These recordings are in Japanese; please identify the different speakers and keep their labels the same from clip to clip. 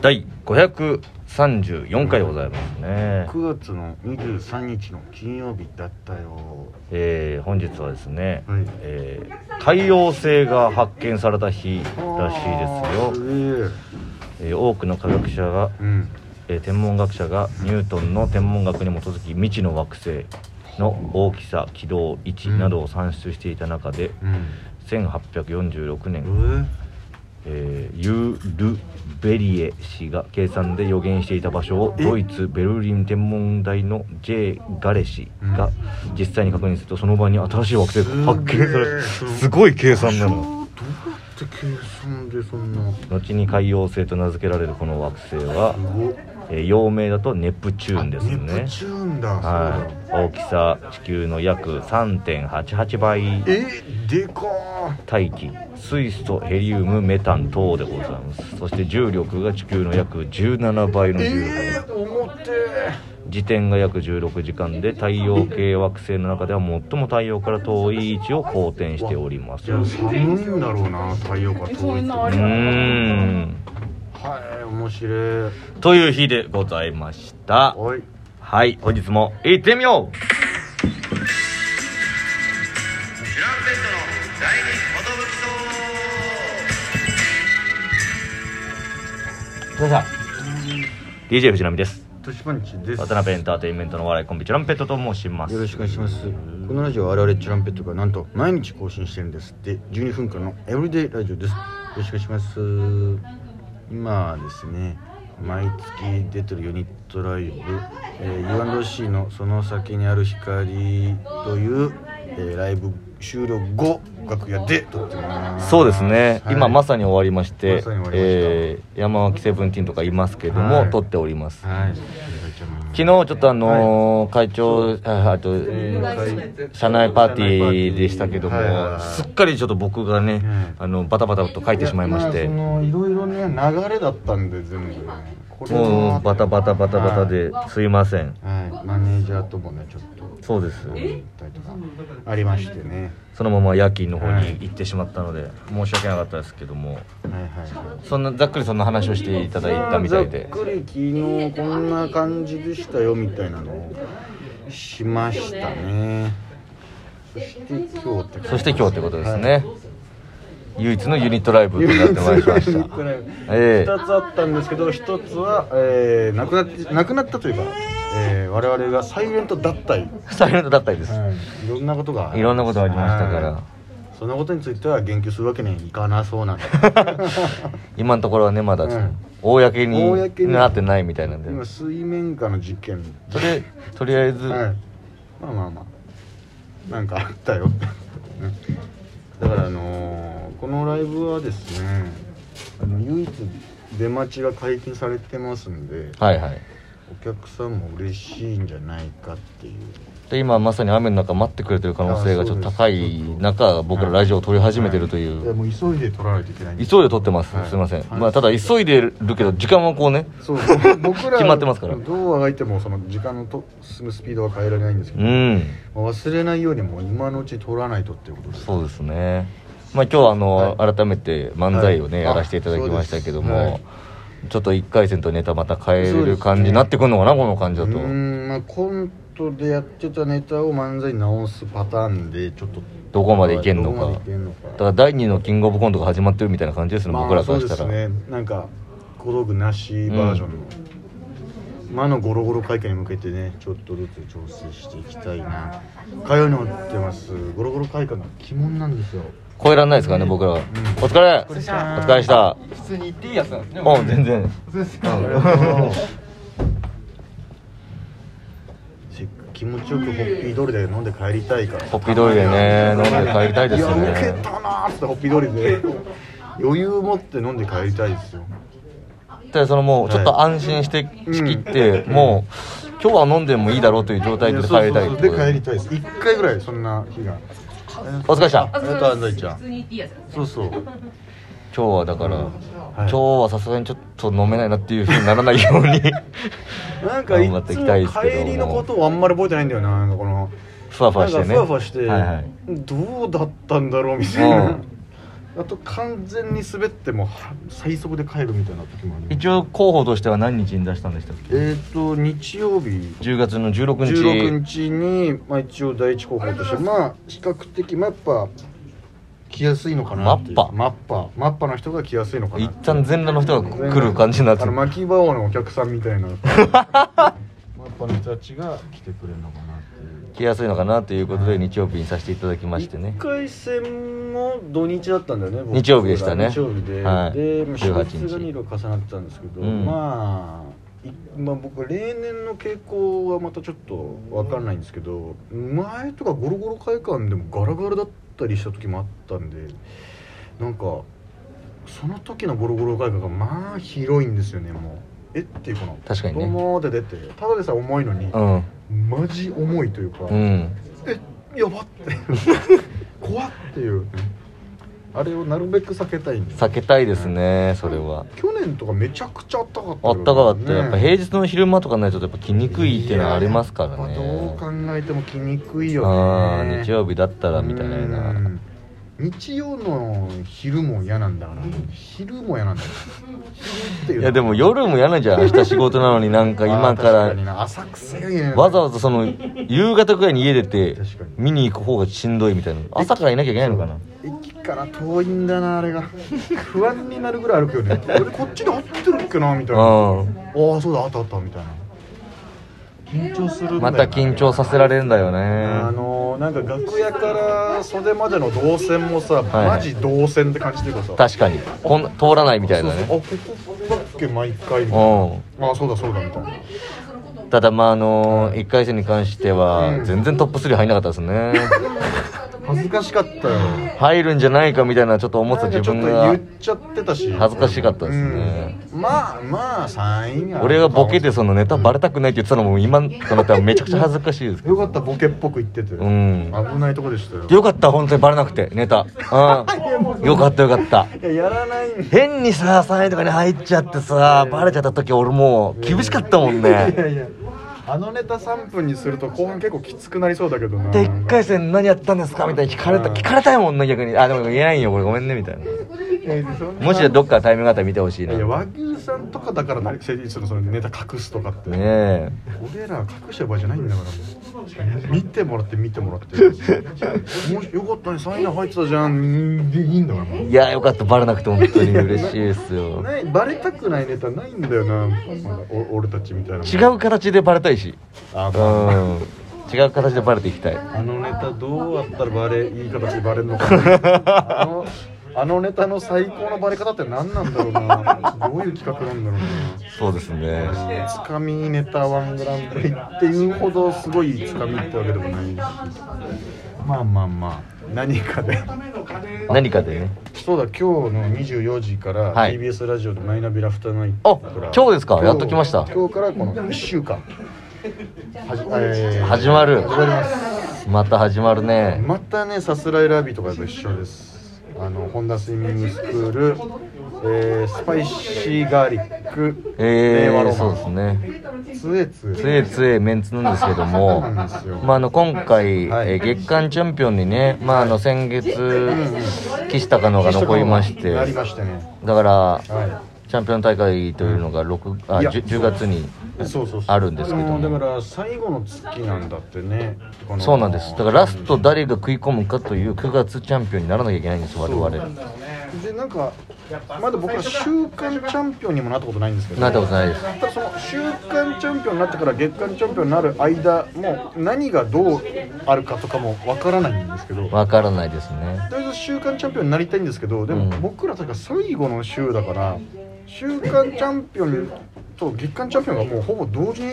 Speaker 1: 第534回でございますね、
Speaker 2: 9月の23日の金曜日だったよ
Speaker 1: えー本日はですね、
Speaker 2: はい
Speaker 1: えー太陽星が発見された日らしいですよ、
Speaker 2: よ
Speaker 1: えー多くの科学者が、
Speaker 2: うん
Speaker 1: えー天文学者がニュートンの天文学に基づき未知の惑星の大きさ軌道位置などを算出していた中で、
Speaker 2: うん
Speaker 1: 1846
Speaker 2: え
Speaker 1: 年、
Speaker 2: ー
Speaker 1: えーユール・ベリエ氏が計算で予言していた場所を
Speaker 2: え
Speaker 1: ドイツ・ベルリン天文台の J ・ガレ氏が実際に確認するとその場に新しい惑星が発見される
Speaker 2: すげえ
Speaker 1: すごい計算な
Speaker 2: どう
Speaker 1: の
Speaker 2: やって計算でそんなす
Speaker 1: 後に海洋星と名付けられるこの惑星は、
Speaker 2: ごっ
Speaker 1: えー陽明だとネプチューンです
Speaker 2: あネ
Speaker 1: ね
Speaker 2: プチューンだそう
Speaker 1: は
Speaker 2: だ
Speaker 1: い大きさ地球の約3.88倍
Speaker 2: えでかー
Speaker 1: 大気水素ヘリウムメタン等でございますそして重力が地球の約17倍の重力、
Speaker 2: えー、重て
Speaker 1: 時点が約16時間で太陽系惑星の中では最も太陽から遠い位置を公転しております
Speaker 2: いうや寒いんだろうな太陽が遠いっては
Speaker 1: ーん
Speaker 2: い面白い
Speaker 1: という日でございました
Speaker 2: おい
Speaker 1: はい本日も行ってみよう皆さん DJ 藤波です
Speaker 2: トシパンチです
Speaker 1: 渡辺エンターテインメントのお笑いコンビチュランペットと申します
Speaker 2: よろしくお願いしますこのラジオは我々チュランペットがなんと毎日更新してるんですって12分間のエブリデイラジオですよろしくお願いします今はですね毎月出てるユニットライブ「えー、U&C のその先にある光」という、えーライブ終了後楽屋で撮ってます
Speaker 1: そうですね、
Speaker 2: はい
Speaker 1: 今まさに終わりまして
Speaker 2: まさに終わりました
Speaker 1: えー山脇セブンティーンとかいますけども、
Speaker 2: はい
Speaker 1: 撮っております、
Speaker 2: はいお願いします
Speaker 1: 昨日ちょっとあのー会長ああと
Speaker 2: えー
Speaker 1: 社内パーティーでしたけども、
Speaker 2: はいはいはい
Speaker 1: すっかりちょっと僕がね、
Speaker 2: ん
Speaker 1: あのバタバタと書いてしまいまして、
Speaker 2: やあそのいろいろね流れだったんで全部ねこれも
Speaker 1: もうバタバタバタバタで、すいません
Speaker 2: はい、はいマネージャーともねちょっと
Speaker 1: そうです
Speaker 2: 行ったりとかありましてね
Speaker 1: そのまま夜勤の方
Speaker 2: は
Speaker 1: に
Speaker 2: い
Speaker 1: 行ってしまったので、申し訳なかったですけども
Speaker 2: はいはいはい
Speaker 1: そんなざっくりそんな話をしていただいたみたいで
Speaker 2: ざっくり昨日こんな感じでしたよみたいなのをしましたねそして今日って
Speaker 1: そして今日ってことです
Speaker 2: はい
Speaker 1: ね。唯一のユニットライブになってまいりました。 ええ
Speaker 2: 2つあったんですけど1つは、えー、なくなってなくなったというか、えー、我々がサイレント脱退、
Speaker 1: サイレントだったりです。
Speaker 2: い、ろんなことが
Speaker 1: いろんなことありましたから
Speaker 2: はいそのことについては言及するわけにはいかなそうなんだ
Speaker 1: 今のところはね、まだちょっと
Speaker 2: うん
Speaker 1: 公に
Speaker 2: 公に
Speaker 1: なってないみたいなん
Speaker 2: 今
Speaker 1: で。
Speaker 2: 水面下の実験
Speaker 1: それ、とりあえず、
Speaker 2: はいまあまあまあなんかあったよだからあのーこのライブはですねあの唯一出待ちが解禁されてますんで
Speaker 1: はいはい。
Speaker 2: お客さんも嬉しいんじゃないかっていう
Speaker 1: で、今まさに雨の中待ってくれてる可能性がちょっと高い中、僕らラジオを撮り始めてるとい
Speaker 2: や
Speaker 1: う。
Speaker 2: もう急いで撮らないといけないん
Speaker 1: 急いで撮ってます。
Speaker 2: はい
Speaker 1: すいません。
Speaker 2: はい
Speaker 1: まあ、ただ急いでるけど、時間はこうね。
Speaker 2: そう僕ら
Speaker 1: 決まってますから
Speaker 2: どうあがいてもその時間のと進むスピードは変えられないんですけ
Speaker 1: う
Speaker 2: ど、
Speaker 1: ん。
Speaker 2: 忘れないようにもう今のうち撮らないとっていうことです
Speaker 1: そうですね。まあ今日はあの、
Speaker 2: は
Speaker 1: 改めて漫才をね、
Speaker 2: は
Speaker 1: や
Speaker 2: い
Speaker 1: らせていただきましたけども、
Speaker 2: あそうで
Speaker 1: ちょっと1回戦とネタまた変え
Speaker 2: そう
Speaker 1: る
Speaker 2: ですね
Speaker 1: 感じになってくるのかな、この感じだ
Speaker 2: う
Speaker 1: と。
Speaker 2: ーんまあコントでやってたネタを漫才に直すパターンでちょっと
Speaker 1: どこまでいけんのか
Speaker 2: どこまでいけんの
Speaker 1: だから第2のキングオブコントが始まってるみたいな感じですね、
Speaker 2: まあ
Speaker 1: 僕らからした
Speaker 2: そ
Speaker 1: ら。
Speaker 2: うですねなんか小道具なしバージョンの、魔のゴロゴロ会見に向けてねちょっとずつ調整していきたいな通うにもってますゴロゴロ会館が鬼門なんですよ
Speaker 1: 超えられないですからね、僕らは。お疲れお疲れでした。
Speaker 3: 普通に言っていいやつなんですね
Speaker 1: うん、全然。
Speaker 2: せっかく気持ちよくホッピー通りで飲んで帰りたいから
Speaker 1: ホッピー通りでね、飲んで帰りたいですよ
Speaker 2: いやウケ
Speaker 1: ね。
Speaker 2: たなーってホッピー通りで余裕持って飲んで帰りたいですよ
Speaker 1: で、そのもう、ちょっと
Speaker 2: は
Speaker 1: 安心して、しきって、もう、今日は飲んでもいいだろうという状態で帰りたい
Speaker 2: そうそう
Speaker 1: っ
Speaker 2: そう
Speaker 1: て
Speaker 2: で
Speaker 1: ことで
Speaker 2: 帰りたいです一回ぐらいそんな日が
Speaker 1: お疲れでした。
Speaker 2: ありがとう安西ちゃ
Speaker 4: 普通
Speaker 2: ん
Speaker 4: に言っていいやつだ
Speaker 2: そうそう
Speaker 1: 今日はだから、今
Speaker 2: い
Speaker 1: 日はさすがにちょっと飲めないなっていうふ うにならないように
Speaker 2: なんかいつ
Speaker 1: 頑
Speaker 2: も
Speaker 1: 張っていきたいですけども
Speaker 2: 帰りのことをあんまり覚えてないんだよななんかこの
Speaker 1: ふわふわしてね
Speaker 2: なんかふわふわして、
Speaker 1: はいはい
Speaker 2: どうだったんだろうみたいな、
Speaker 1: うん
Speaker 2: あと完全に滑ってもは最速で帰るみたいな時もあります
Speaker 1: 一応候補としては何日に出したんでしたっけ
Speaker 2: えっ、と日曜日
Speaker 1: 10月の16日
Speaker 2: 16日に、まあ、一応第一候補としてまあ比較的マッパ来やすいのかなっていう
Speaker 1: マッパ
Speaker 2: マッパマッパの人が来やすいのかな
Speaker 1: 一
Speaker 2: っていう
Speaker 1: 旦全裸の人が来る感じになって
Speaker 2: あ
Speaker 1: る
Speaker 2: の巻き場王のお客さんみたい なマッパの人たちが来てくれるのかなっていう
Speaker 1: 来やすいのかなということで日曜日にさせていただきましてね
Speaker 2: 1回戦も土日だったんだよね僕
Speaker 1: 日曜日でしたね
Speaker 2: 日曜日で、
Speaker 1: はい
Speaker 2: でま
Speaker 1: 18
Speaker 2: あ4月が2度重なってたんですけど、
Speaker 1: うん
Speaker 2: まあいまあ僕例年の傾向はまたちょっと分かんないんですけど前とかゴロゴロ会館でもガラガラだったりした時もあったんでなんかその時のゴロゴロ会館がまあ広いんですよねもうえっていうこの
Speaker 1: 確かにね
Speaker 2: どうもーって出てただでさえ重いのに、
Speaker 1: うん
Speaker 2: マジ重いというか、
Speaker 1: うん
Speaker 2: えやばって怖っていうあれをなるべく避けたいんです
Speaker 1: 避けたいですねそれは
Speaker 2: 去年とかめちゃくちゃあったかっ
Speaker 1: あ
Speaker 2: たよ
Speaker 1: っ
Speaker 2: ね
Speaker 1: たかかったやっぱ平日の昼間とかになるとやっぱ来にくいっていうのはありますから
Speaker 2: いややっ
Speaker 1: ね
Speaker 2: ぱどう考えても来にくいよ
Speaker 1: ああ
Speaker 2: ね
Speaker 1: 日曜
Speaker 2: 日
Speaker 1: 日だったらみたいな
Speaker 2: 日曜の昼も嫌なんだから昼も嫌なんだから昼っていう
Speaker 1: い
Speaker 2: い
Speaker 1: やでも夜も嫌なんじゃん明日仕事なのになん か今から
Speaker 2: 浅草が嫌
Speaker 1: わざ
Speaker 2: わ
Speaker 1: わざそ の夕方くらいに家出て
Speaker 2: 確かに
Speaker 1: 見に行く方がしんどいみたいな朝からいなきゃいけないのかな
Speaker 2: 駅から遠いんだなあれが不安になるぐらい歩くよね俺こっちで合ってるっけなみたいな
Speaker 1: うん
Speaker 2: ああそうだあったあったみたいな緊張するんだよな
Speaker 1: また緊張させられるんだよ
Speaker 2: あ
Speaker 1: ね
Speaker 2: のーなんか楽屋から袖までの動線もさ、
Speaker 1: はい
Speaker 2: マジ動線って感じというかさ
Speaker 1: 確かにこん通らないみたいな
Speaker 2: そうそ
Speaker 1: ね
Speaker 2: うあここだっけ毎回みたいな
Speaker 1: うん
Speaker 2: ああそうだそうだみたいな
Speaker 1: ただまああの1回戦に関しては
Speaker 2: うん
Speaker 1: 全然トップ3入んなかったですね
Speaker 2: 恥ずかしかったよ
Speaker 1: 入るんじゃないかみたいなちょっと思ってた
Speaker 2: なんか
Speaker 1: 自
Speaker 2: ちょっ
Speaker 1: 分
Speaker 2: と
Speaker 1: が
Speaker 2: 言っちゃってたし
Speaker 1: 恥ずかしかったですね、
Speaker 2: うんまあまあ3位が
Speaker 1: 俺がボケてそのネタバレたくないって言ってたのも今となってはめちゃくちゃ恥ずかしいですけ
Speaker 2: よ
Speaker 1: ど
Speaker 2: かったボケっぽく言ってて、
Speaker 1: ん
Speaker 2: 危ないとこでしたよ
Speaker 1: よかった本当にバレなくてネタ うんよかったよかった
Speaker 2: いややらないん
Speaker 1: 変にさ3位とかに入っちゃってさバレちゃった時俺もう厳しかったもん
Speaker 2: いや
Speaker 1: ね
Speaker 2: いやあのネタ3分にすると後半結構きつくなりそうだけどな
Speaker 1: で1回戦何やったんですかみたいに聞かれた聞かれたいもんね逆にあでも言えないよこれごめんねみたいなもしどっかタイミングがあったら見てほしい
Speaker 2: い
Speaker 1: な
Speaker 2: やいや
Speaker 1: ね
Speaker 2: 和牛さんとかだから何成立するのそのネタ隠すとかって、
Speaker 1: え
Speaker 2: 俺ら隠してる場合じゃないんだからもう見てもらって見てもらってもしよかったねサイン入ってたじゃんでいいんだからもう
Speaker 1: いやよかったバレなくて本当に嬉しいですよ
Speaker 2: ないバレたくないネタないんだよな、まだお俺たちみたいな
Speaker 1: 違う形でバレたいし
Speaker 2: あ
Speaker 1: う
Speaker 2: まあ
Speaker 1: ん違う形でバレていきたい
Speaker 2: あのネタどうやったらバレいい形でバレるのかな あのあのネタの最高のバレ方って何なんだろうなどういう企画なんだろう
Speaker 1: そうですね
Speaker 2: なつかみネタワングランプリっていうほどすごいつかみってわけでもないしまあまあまあ何かで
Speaker 1: 何かでね
Speaker 2: そうだ今日の24時から
Speaker 1: はい
Speaker 2: TBS ラジオで「マイナビラフターナイ
Speaker 1: あ
Speaker 2: ト」から
Speaker 1: 今日ですかやっと来ました
Speaker 2: 今日からこの1週間はじ、えー
Speaker 1: 始まる
Speaker 2: 始まります
Speaker 1: また始まるね
Speaker 2: またねさすらいラビとかと一緒ですあのホンダスイミングスクール、えースパイシーガーリック
Speaker 1: え
Speaker 2: 令和
Speaker 1: ー、
Speaker 2: ロマ
Speaker 1: そう
Speaker 2: ン
Speaker 1: ですね
Speaker 2: ツエツエ
Speaker 1: つえつえメンツなんですけども
Speaker 2: そうなんですよ
Speaker 1: まあ、あの今回、
Speaker 2: はい
Speaker 1: えー月間チャンピオンにね、まあ、あの先月岸高野が残りまして
Speaker 2: な
Speaker 1: だ
Speaker 2: りましてね
Speaker 1: から
Speaker 2: は
Speaker 1: チャンピオン大会というのが六あ
Speaker 2: いや
Speaker 1: 10, 10月に
Speaker 2: いそうそうそう
Speaker 1: あるんですけども
Speaker 2: あのだから最後の月なんだってねこの
Speaker 1: そうなんですだからラスト誰が食い込むかという9月チャンピオンにならなきゃいけないんです我々
Speaker 2: でなんかまだ僕ら週間チャンピオンにもなったことないんですけど
Speaker 1: なったことないです
Speaker 2: ただその週間チャンピオンになってから月間チャンピオンになる間もう何がどうあるかとかもわからないんですけど
Speaker 1: わからないですね
Speaker 2: とりあえず週間チャンピオンになりたいんですけどでも
Speaker 1: うん
Speaker 2: 僕ら確か最後の週だから週間チャンピオンと月間チャンピオンがもうほぼ同時に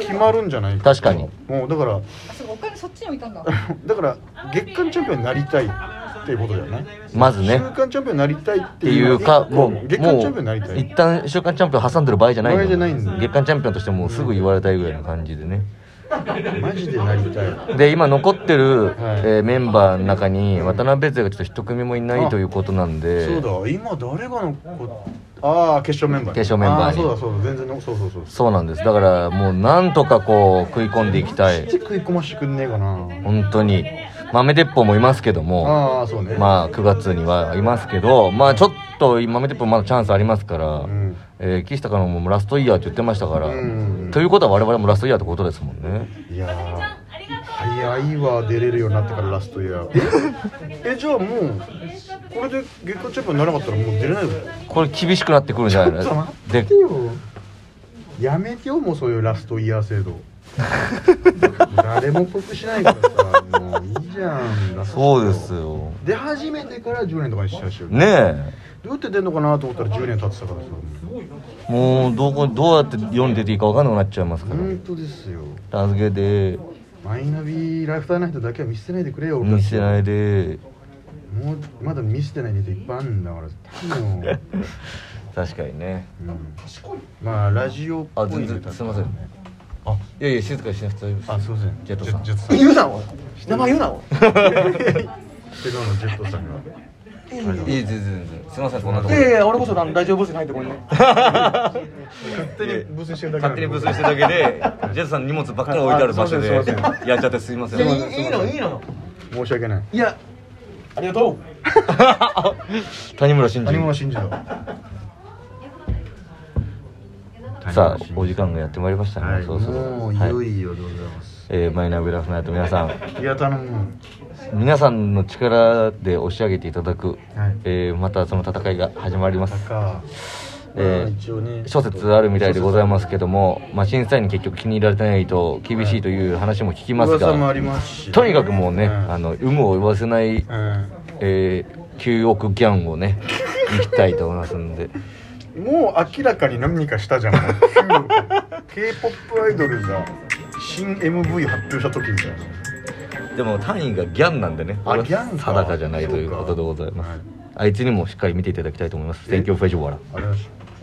Speaker 2: 決まるんじゃない
Speaker 1: 確かに
Speaker 2: もうだから
Speaker 3: あそうかお金そっちに置いたんだ
Speaker 2: だから月間チャンピオンになりたいっていうことだよね
Speaker 1: まずね
Speaker 2: 週間チャンピオンになりたいっ
Speaker 1: ってて
Speaker 2: い
Speaker 1: いううかもうもう
Speaker 2: 月間チャンピオンになりたい
Speaker 1: 一旦週間チャンピオン挟んでる場合じゃないの
Speaker 2: 場合じゃないんだ
Speaker 1: 月間チャンピオンとしてもうすぐ言われたいぐらいの感じでね
Speaker 2: マジでなりたい
Speaker 1: で今残ってる、
Speaker 2: はい
Speaker 1: えーメンバーの中に渡辺勢がちょっと一組もいないということなんで
Speaker 2: そうだ今誰がのこああ決勝メンバーに
Speaker 1: 決勝メンバーに
Speaker 2: あそうだそうだ全然のそうそうそう
Speaker 1: そうなんですだからもうなんとかこう食い込んでいきたい
Speaker 2: ちょっと食い込ましてくんねえかな
Speaker 1: 本当に豆鉄砲もいますけども
Speaker 2: ああそうね
Speaker 1: まあ9月にはいますけどまあちょっと豆鉄砲まだチャンスありますから、
Speaker 2: うん
Speaker 1: えー岸高野もラストイヤーって言ってましたから、
Speaker 2: うん
Speaker 1: ということは我々もラストイヤーってことですもんね
Speaker 2: いやー早いわ出れるようになってからラストイヤーええじゃあもうこれで月間チャンピオンにならなかったらもう出れないぞ
Speaker 1: これ厳しくなってくるんじゃない
Speaker 2: ちょっと待
Speaker 1: で
Speaker 2: ってよやめてよもうそういうラストイヤー制度誰も得しないからさもういいじゃんラスト
Speaker 1: そう
Speaker 2: イヤー
Speaker 1: ですよ
Speaker 2: 出始めてから10年とかにしちゃうしよ
Speaker 1: ね
Speaker 2: どうやって出んのかなと思ったら10年経ってたからさ
Speaker 1: えもうどこどうやって世に出ていいか分かんなくなっちゃいますから
Speaker 2: 本当ですよ
Speaker 1: 助けて
Speaker 2: マイナビライフタイナイトだけは見捨てないでくれよ
Speaker 1: 見せないいで
Speaker 2: もうまだ見捨てないネタいっぱいあるんだから頼むよ
Speaker 1: 確かにね
Speaker 2: うんまあラジオっぽ
Speaker 1: あ
Speaker 2: い
Speaker 1: 全
Speaker 2: ネタ
Speaker 1: 然すいません
Speaker 2: あ
Speaker 1: いやいや静かにしなくて大丈夫
Speaker 2: あ
Speaker 1: です
Speaker 2: いません
Speaker 1: ジェットさん
Speaker 2: ジェットさん
Speaker 4: 言うなおい名前言うなおい
Speaker 2: セガのジェットさんが
Speaker 1: いや全然全然すいませんこんなと
Speaker 4: い
Speaker 1: こ
Speaker 4: やい
Speaker 1: で
Speaker 4: や俺こそあのラジオブースに入ってこいね
Speaker 2: 勝手にブスしてるだけ
Speaker 1: 勝手にブースしてるだけでジェットさんの荷物ばっかり置いてある場所で
Speaker 2: あすいませんすいませ
Speaker 1: やっちゃってすいませ
Speaker 4: いやい
Speaker 1: ん
Speaker 4: いいいのいいの
Speaker 2: 申し訳ない
Speaker 4: いやありがとう
Speaker 1: 谷村新
Speaker 2: 谷村
Speaker 1: 司
Speaker 2: 新司だ
Speaker 1: さあお時間がやってまいりましたね、
Speaker 2: はい
Speaker 1: そろそろ
Speaker 2: もうい
Speaker 1: はい
Speaker 2: よいよでございます
Speaker 1: えーマイナビラフナイト皆さん
Speaker 2: いや頼む
Speaker 1: 皆さんの力で押し上げていただく、
Speaker 2: はい
Speaker 1: えーまたその戦いが始まります
Speaker 2: 高
Speaker 1: えー
Speaker 2: まあ一応ね
Speaker 1: 諸説あるみたいでございますけども、まあ、審査員に結局気に入られてないと厳しいという話も聞きますが、
Speaker 2: 噂もありますしね
Speaker 1: とにかくもうね、
Speaker 2: うん
Speaker 1: あの有無を言わせない、えー9億ギャンをね行きたいと思いますんで
Speaker 2: うんもう明らかに何かしたじゃん k p o p アイドルが新 MV 発表した時みたいな
Speaker 1: でも単位がギャンなんでね
Speaker 2: あギャンか
Speaker 1: 定かじゃないということでございます
Speaker 2: はい
Speaker 1: あいつにもしっかり見ていただきたいと思います「選挙フェジョバラ」
Speaker 2: ありがとうございました